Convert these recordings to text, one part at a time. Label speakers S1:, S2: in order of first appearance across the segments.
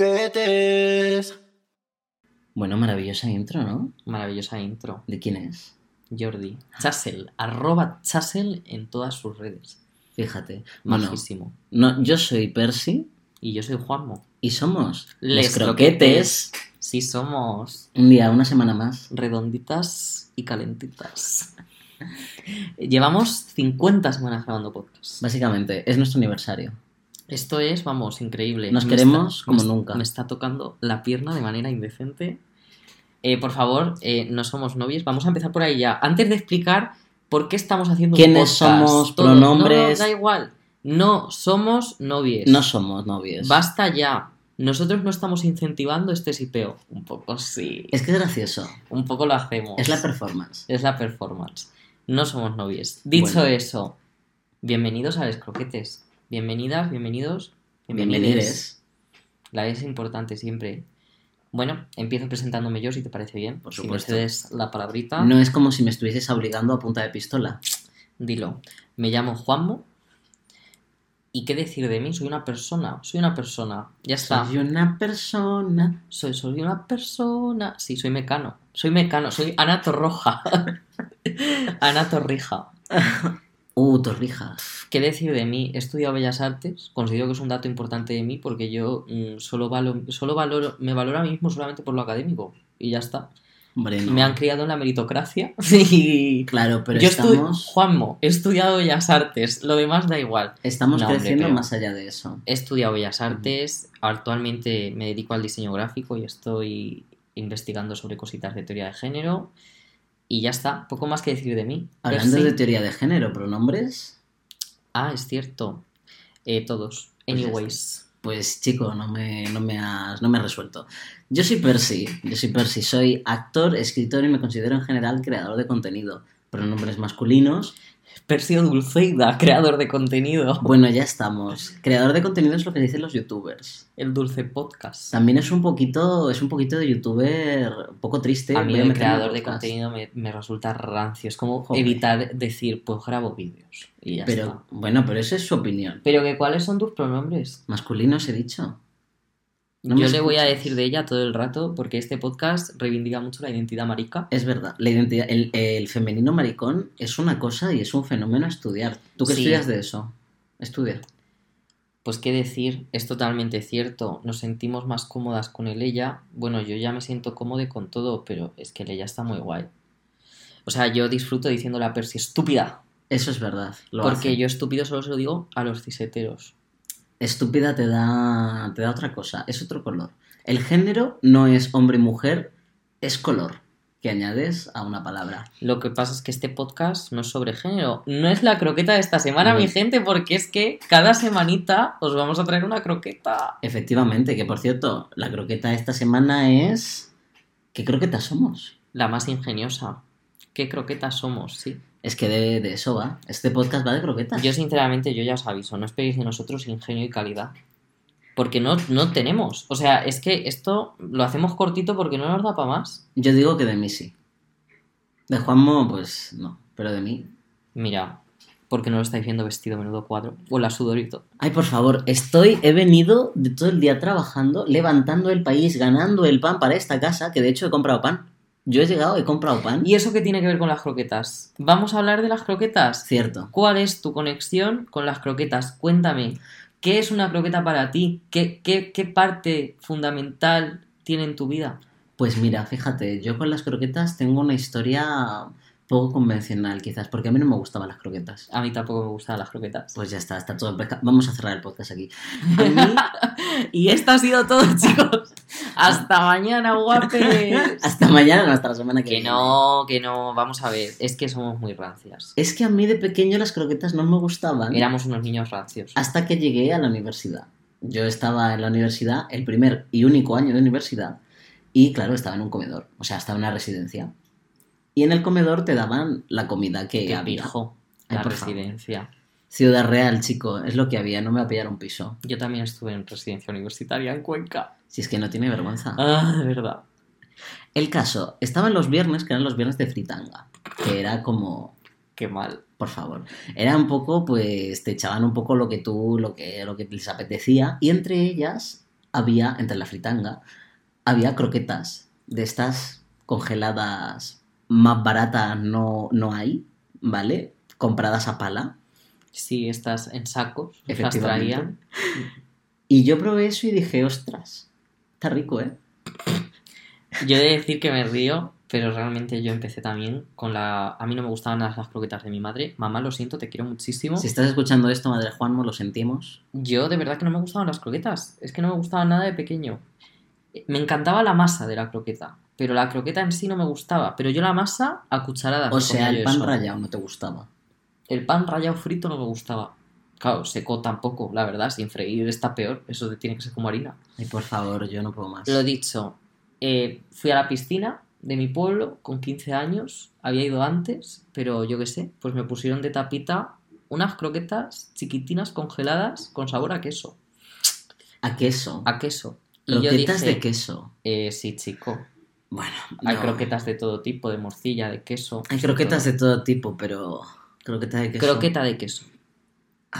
S1: croquetes.
S2: Bueno, maravillosa intro, ¿no?
S3: Maravillosa intro.
S2: ¿De quién es?
S3: Jordi. Chasel. Arroba Chasel en todas sus redes.
S2: Fíjate. Bueno,
S3: Majísimo.
S2: no, yo soy Percy
S3: Y yo soy Juanmo.
S2: y somos
S3: Les Croquetes. Sí, somos
S2: Un día, una semana más.
S3: redonditas y calentitas. Llevamos 50 semanas grabando podcast.
S2: Básicamente, es nuestro aniversario.
S3: Esto es, vamos, increíble.
S2: Nos
S3: Me
S2: queremos
S3: está-
S2: como
S3: me es-
S2: nunca.
S3: Me está tocando la pierna de manera indecente. Eh, por favor, eh, no somos novios. Vamos a empezar por ahí ya. Antes de explicar por qué estamos haciendo un
S2: ¿Quiénes
S3: podcast.
S2: somos?
S3: todo- No, no,
S2: Pronombres.
S3: da igual. No somos novios.
S2: No somos novios.
S3: Basta ya. Nosotros no estamos incentivando este sipeo. Un poco sí.
S2: Es que es gracioso.
S3: Un poco lo hacemos.
S2: Es la performance.
S3: Es la performance. No somos novios. Dicho
S2: Bueno.
S3: eso, bienvenidos a Les Croquetes. Bienvenidas, bienvenidos, bienvenides.
S2: Bienvenides.
S3: La es importante siempre. Bueno, empiezo presentándome yo, si te parece bien.
S2: Por
S3: Si me
S2: supuesto.
S3: cedes la palabrita,
S2: No es como si me estuvieses obligando a punta de pistola.
S3: dilo. Me llamo Juanmo. ¿Y qué decir de mí? Soy una persona. Soy una persona. Ya está.
S2: Soy una persona.
S3: Soy, soy una persona. Sí, soy mecano. Soy mecano. Soy Ana Torroja. Ana Torrija.
S2: Uh, torrijas.
S3: ¿Qué decir de mí? He estudiado Bellas Artes, considero que es un dato importante de mí porque yo mm, solo, valo- solo valoro, me valoro a mí mismo solamente por lo académico y ya está.
S2: Hombre, no.
S3: Me han criado en la meritocracia y
S2: Claro, pero
S3: yo estu-
S2: estamos,
S3: Juanmo, he estudiado Bellas Artes, lo demás da igual.
S2: estamos
S3: No, hombre,
S2: creciendo
S3: pero-
S2: más allá de eso.
S3: He estudiado Bellas Artes, actualmente me dedico al diseño gráfico y estoy investigando sobre cositas de teoría de género y ya está, poco más que decir de mí.
S2: Hablando
S3: Percy.
S2: de teoría de género, pronombres,
S3: Ah, es cierto. Eh, todos.
S2: Pues ya está.
S3: Anyways.
S2: Pues chico, no me, no me has, no me has resuelto. Yo soy Percy, yo soy Percy, soy actor, escritor y me considero en general creador de contenido. Pronombres masculinos.
S3: Persio Dulceida, creador de contenido.
S2: Bueno, ya estamos. Creador de contenido es lo que dicen los youtubers.
S3: El Dulce Podcast.
S2: También es un poquito, es un poquito de youtuber un poco triste.
S3: A mí
S2: voy a
S3: el
S2: meterme
S3: creador de
S2: podcast.
S3: contenido me, me resulta rancio. Es como
S2: Joder.
S3: evitar decir, pues grabo vídeos. Y ya está.
S2: Pero, bueno, pero eso es su opinión.
S3: Pero que cuáles son tus pronombres.
S2: Masculinos he dicho. No me
S3: Yo le voy a
S2: escuchas.
S3: decir de ella todo el rato porque este podcast reivindica mucho la identidad marica.
S2: Es verdad, la identidad, el, el femenino maricón es una cosa y es un fenómeno a estudiar. ¿Tú qué
S3: Sí.
S2: estudias de eso? Estudia.
S3: Pues qué decir, es totalmente cierto. Nos sentimos más cómodas con el ella. Bueno, yo ya me siento cómodo con todo, pero es que el ella está muy guay. O sea, yo disfruto diciéndole a Percy, estúpida.
S2: Eso es verdad. Lo
S3: Porque
S2: hace.
S3: yo estúpido solo se lo digo a los ciseteros.
S2: Estúpida te da, te da otra cosa, es otro color. El género no es hombre y mujer, es color que añades a una palabra.
S3: Lo que pasa es que este podcast no es sobre género. No es la croqueta de esta semana,
S2: No.
S3: mi gente, porque es que cada semanita os vamos a traer una croqueta.
S2: Efectivamente, que por cierto, la croqueta esta semana es... ¿Qué croqueta somos?
S3: La más ingeniosa. ¿Qué croquetas somos? Sí.
S2: Es que de, de eso va. Este podcast va de croquetas.
S3: Yo, sinceramente, yo ya os aviso, no esperéis de nosotros ingenio y calidad. Porque no, no tenemos. O sea, es que esto lo hacemos cortito porque no nos da para más.
S2: Yo digo que de mí sí. De Juanmo, pues no, pero de mí.
S3: Mira, porque no lo estáis viendo vestido menudo cuadro. O la sudorito.
S2: Ay, por favor, estoy, he venido de todo el día trabajando, levantando el país, ganando el pan para esta casa, que de hecho he comprado pan. Yo he llegado, he comprado pan.
S3: ¿Y eso qué tiene que ver con las croquetas? Vamos a hablar de las croquetas.
S2: Cierto.
S3: ¿Cuál es tu conexión con las croquetas? Cuéntame, ¿qué es una croqueta para ti? ¿Qué, qué, qué parte fundamental tiene en tu vida?
S2: Pues mira, fíjate, yo con las croquetas tengo una historia poco convencional, quizás, porque a mí no me gustaban las croquetas.
S3: A mí tampoco me gustan las croquetas.
S2: Pues ya está, está todo. pesca- Vamos a cerrar el podcast aquí. A mí,
S3: Y esto ha sido todo, chicos. Hasta mañana, guapes.
S2: hasta mañana, no, hasta la semana que
S3: Que no, que no, vamos a ver. Es que somos muy rancias.
S2: Es que a mí de pequeño las croquetas no me gustaban.
S3: Éramos unos niños rancios.
S2: hasta que llegué a la universidad. Yo estaba en la universidad, el primer y único año de universidad, y claro, estaba en un comedor, o sea, estaba en una residencia. Y en el comedor te daban la comida que
S3: Que
S2: había.
S3: pijo
S2: Ay,
S3: la
S2: por favor.
S3: residencia.
S2: Ciudad Real, chico, es lo que había, no me va a pillar un piso.
S3: Yo también estuve en residencia universitaria en Cuenca.
S2: Si es que no tiene vergüenza.
S3: Ah, de verdad.
S2: El caso, estaban los viernes, que eran los viernes de fritanga, que era como,
S3: Qué mal.
S2: por favor, era un poco, pues, te echaban un poco lo que tú, lo que, lo que les apetecía, y entre ellas había, entre la fritanga, había croquetas de estas congeladas más baratas no, no hay, ¿vale? Compradas a pala.
S3: Sí, estas en sacos, las traían.
S2: Y yo probé eso y dije, ostras, está rico, ¿eh?
S3: Yo he de decir que me río, pero realmente yo empecé también con la... A mí no me gustaban las, las croquetas de mi madre. Mamá, lo siento, te quiero muchísimo.
S2: Si estás escuchando esto, madre Juanmo, lo sentimos.
S3: Yo de verdad que no me gustaban las croquetas. Es que no me gustaban nada de pequeño. Me encantaba la masa de la croqueta, pero la croqueta en sí no me gustaba. Pero yo la masa a cucharadas.
S2: O sea, el pan Ah, eso. rallado no te gustaba.
S3: El pan rallado frito no me gustaba. Claro, seco tampoco, la verdad, sin freír está peor. Eso tiene que ser como harina.
S2: Ay, por favor, yo no puedo más.
S3: Lo dicho, eh, fui a la piscina de mi pueblo con 15 años. Había ido antes, pero yo qué sé, pues me pusieron de tapita unas croquetas chiquitinas congeladas con sabor a queso.
S2: ¿A queso?
S3: A queso.
S2: Y ¿Croquetas Ah, yo dije, de queso?
S3: Eh, sí, chico.
S2: Bueno,
S3: hay no. croquetas de todo tipo, de morcilla, de queso.
S2: Hay croquetas todo. de todo tipo, pero croquetas de queso. Ah.
S3: Croqueta de queso.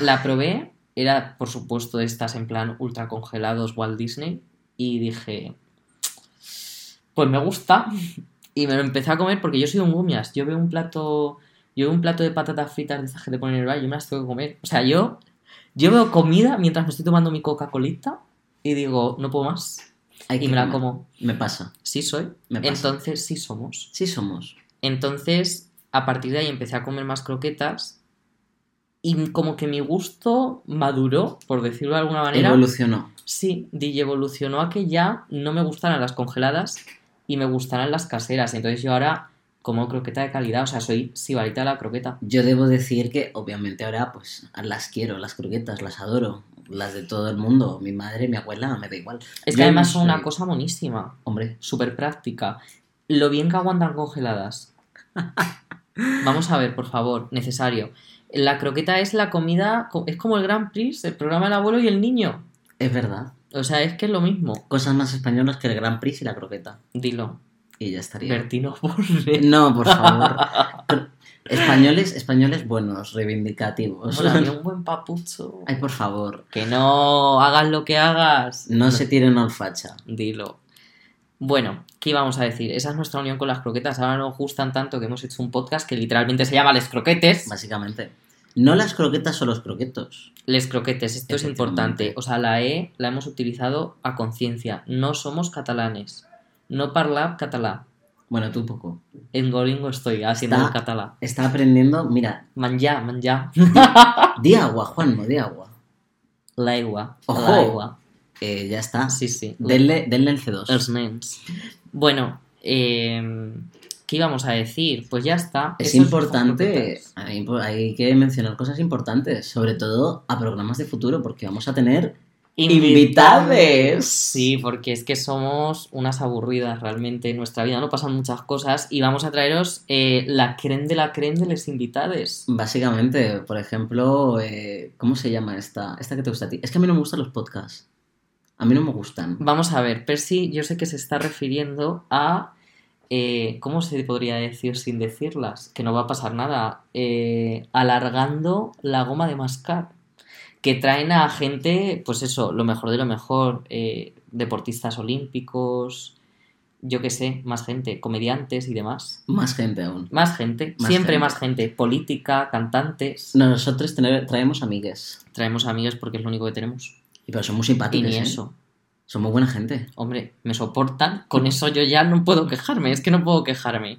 S3: La probé, era por supuesto estas en plan ultra congelados Walt Disney y dije, pues me gusta. Y me lo empecé a comer porque yo soy un gumias. Yo veo un plato. Yo veo un plato de patatas fritas de esas que te ponen en el bar, yo me las tengo que comer. O sea, yo. Yo veo comida mientras me estoy tomando mi Coca-Colita y digo, no puedo más. Hay y me la como.
S2: Me pasa.
S3: Sí soy.
S2: Me pasa.
S3: Entonces sí somos.
S2: Sí somos.
S3: Entonces, a partir de ahí empecé a comer más croquetas. Y como que mi gusto maduró, por decirlo de alguna manera.
S2: Evolucionó.
S3: Sí, y evolucionó a que ya no me gustaran las congeladas, y me gustarán las caseras. Entonces yo ahora como croqueta de calidad, o sea, soy sibarita de la croqueta.
S2: Yo debo decir que obviamente ahora pues las quiero, las croquetas, las adoro, las de todo el mundo, mi madre, mi abuela, me da igual.
S3: Es que yo además no son soy... una cosa monísima,
S2: hombre,
S3: súper práctica. Lo bien que aguantan congeladas. Vamos a ver, por favor, necesario. La croqueta es la comida, es como el Grand Prix, el programa del abuelo y el niño.
S2: Es verdad.
S3: O sea, es que es lo mismo.
S2: Cosas más españolas que el Gran Prix y la croqueta.
S3: Dilo.
S2: Y ya estaría.
S3: Bertino
S2: No, por favor. españoles, españoles buenos, reivindicativos.
S3: Hola, un buen papucho.
S2: Ay, por favor.
S3: Que no hagas lo que hagas.
S2: No, no. se tiren al facha.
S3: Dilo. Bueno, ¿qué íbamos a decir? Esa es nuestra unión con las croquetas. Ahora nos gustan tanto que hemos hecho un podcast que literalmente se llama Les Croquetes.
S2: Básicamente. No las croquetas o los croquetos.
S3: Les croquetes, esto es importante. O sea, la E la hemos utilizado a conciencia. No somos catalanes. No parla catalá.
S2: Bueno, tú un poco.
S3: En Golingo estoy haciendo
S2: está,
S3: el catalá.
S2: Está aprendiendo, mira.
S3: Manjá, manjá.
S2: Di agua, Juanmo, di agua.
S3: La agua. Ojo. La agua.
S2: Eh, ya está.
S3: Sí, sí.
S2: Denle, denle el C2.
S3: Els nens. Bueno, eh, ¿qué íbamos a decir? Pues ya está.
S2: Es importante, hay, hay, que mencionar cosas importantes, sobre todo a programas de futuro, porque vamos a tener invitades.
S3: Sí, porque es que somos unas aburridas realmente en nuestra vida, no pasan muchas cosas y vamos a traeros eh, la creen de la creen de les invitades.
S2: Básicamente, por ejemplo, eh, ¿cómo se llama esta? Esta que te gusta a ti. Es que a mí no me gustan los podcasts. A mí no me gustan.
S3: Vamos a ver, Percy, yo sé que se está refiriendo a eh, ¿cómo se podría decir sin decirlas? Que no va a pasar nada. Eh, alargando la goma de mascar. Que traen a gente, pues eso, lo mejor de lo mejor. Eh, deportistas olímpicos, yo qué sé, más gente, comediantes y demás.
S2: Más gente aún.
S3: Más gente, más siempre gente. más gente. Política, cantantes.
S2: No, nosotros traemos amigues.
S3: Traemos amigues porque es lo único que tenemos.
S2: Y pero somos simpáticos.
S3: Y ni eso.
S2: Somos buena gente.
S3: Hombre, me soportan. Con eso yo ya no puedo quejarme. Es que no puedo quejarme.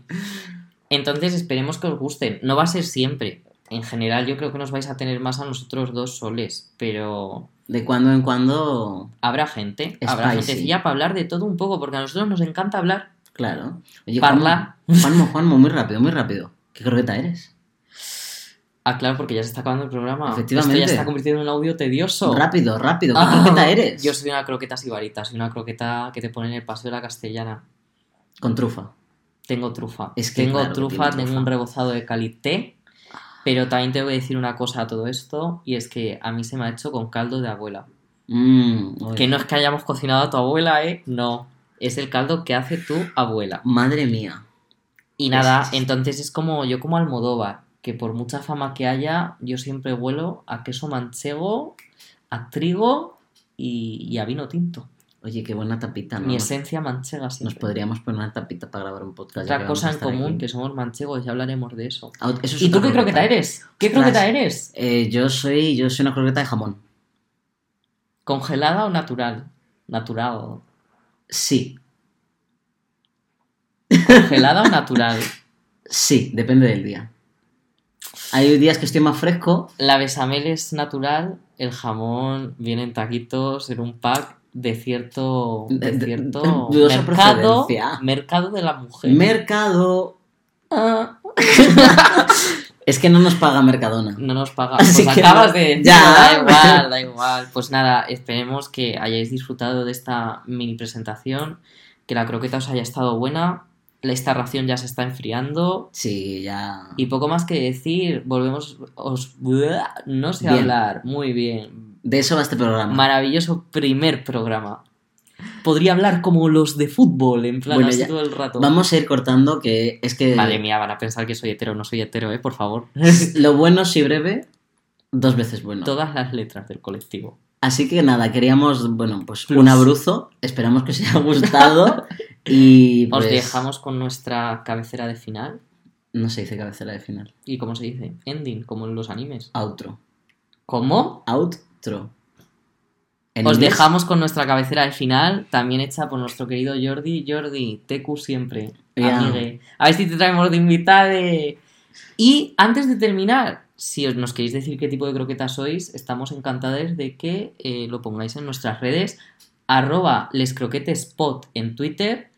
S3: Entonces esperemos que os gusten. No va a ser siempre. En general yo creo que nos vais a tener más a nosotros dos soles. Pero...
S2: De cuando en cuando...
S3: Habrá gente. Spicy. Habrá gentecilla para hablar de todo un poco. Porque a nosotros nos encanta hablar.
S2: Claro. Oye,
S3: Parla.
S2: Juanmo, Juanmo, Juanmo, muy rápido, muy rápido. ¿Qué croqueta eres?
S3: Ah, claro, porque ya se está acabando el programa.
S2: Efectivamente.
S3: Esto ya está convirtiendo en un audio tedioso.
S2: Rápido, rápido. ¿Qué ah, croqueta eres?
S3: Yo soy una croqueta sibarita. Soy una croqueta que te pone en el paseo de la castellana.
S2: Con trufa.
S3: Tengo trufa.
S2: Es que
S3: tengo
S2: claro,
S3: trufa,
S2: que
S3: tengo
S2: trufa.
S3: un rebozado de calité. Pero también te voy a decir una cosa a todo esto. Y es que a mí se me ha hecho con caldo de abuela.
S2: Mm,
S3: que no es que hayamos cocinado a tu abuela, ¿eh? No. Es el caldo que hace tu abuela.
S2: Madre mía.
S3: Y nada, es... entonces es como yo como Almodóvar que por mucha fama que haya, yo siempre vuelo a queso manchego, a trigo y, y a vino tinto.
S2: Oye, qué buena tapita, ¿no?
S3: Mi
S2: Nos,
S3: esencia manchega
S2: nos
S3: siempre.
S2: podríamos poner una tapita para grabar un podcast. ya que
S3: Otra
S2: vamos
S3: cosa
S2: a
S3: en
S2: estar
S3: común,
S2: aquí.
S3: que somos manchegos, ya hablaremos de eso.
S2: Ah, eso es
S3: ¿Y tú
S2: otra
S3: qué croqueta
S2: croqueta.
S3: eres? ¿Qué
S2: Ostras.
S3: croqueta eres?
S2: Eh, yo soy yo soy una croqueta de jamón.
S3: ¿Congelada o natural? Natural.
S2: Sí,
S3: ¿Congelada o natural?
S2: sí, depende del día. Hay días que estoy más fresco.
S3: La besamel es natural, el jamón viene en taquitos, en un pack de cierto, de
S2: De- de-
S3: cierto
S2: dudosa
S3: mercado,
S2: procedencia.
S3: mercado de la mujer.
S2: Mercado.
S3: Ah,
S2: Es que no nos paga Mercadona.
S3: no nos paga.
S2: Así
S3: pues
S2: que
S3: acabas
S2: no.
S3: de decir,
S2: Ya.
S3: da igual, da igual. Pues nada, esperemos que hayáis disfrutado de esta mini presentación, que la croqueta os haya estado buena, esta ración ya se está enfriando.
S2: Sí, ya.
S3: Y poco más que decir, volvemos, os... No sé
S2: Bien.
S3: hablar, muy bien.
S2: De eso va este programa.
S3: Maravilloso primer programa. Podría hablar como los de fútbol, en plan
S2: Bueno,
S3: así
S2: ya-
S3: todo el rato.
S2: Vamos eh. a ir cortando, que es que
S3: Madre mía, van a pensar que soy hetero, no soy hetero, eh, por favor.
S2: lo bueno, si breve, dos veces bueno.
S3: Todas las letras del colectivo.
S2: Así que nada, queríamos, bueno, pues
S3: Plus.
S2: un abruzo. Esperamos que os haya gustado. y
S3: Os
S2: pues,
S3: dejamos con nuestra cabecera de final.
S2: No se dice cabecera de final.
S3: ¿Y cómo se dice? Ending, como en los animes.
S2: Outro.
S3: ¿Cómo?
S2: Outro. En
S3: Os
S2: inglés,
S3: dejamos con nuestra cabecera de final, también hecha por nuestro querido Jordi. Jordi, TQ siempre,
S2: Ya.
S3: amigue. A ver si te traemos de invitade. Y antes de terminar, si os nos queréis decir qué tipo de croquetas sois, estamos encantados de que eh, lo pongáis en nuestras redes. Arroba lescroquetespod en Twitter,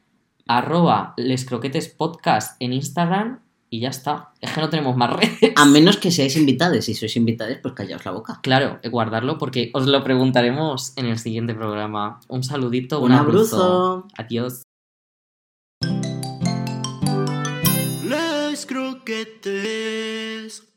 S3: arroba lescroquetespodcast en Instagram y ya está. Es que no tenemos más redes.
S2: A menos que seáis invitades. Si sois invitades, pues callaos la boca.
S3: Claro, eh, guardarlo porque os lo preguntaremos en el siguiente programa. Un saludito,
S2: Un abruzo.
S3: Adiós.
S1: Les croquettes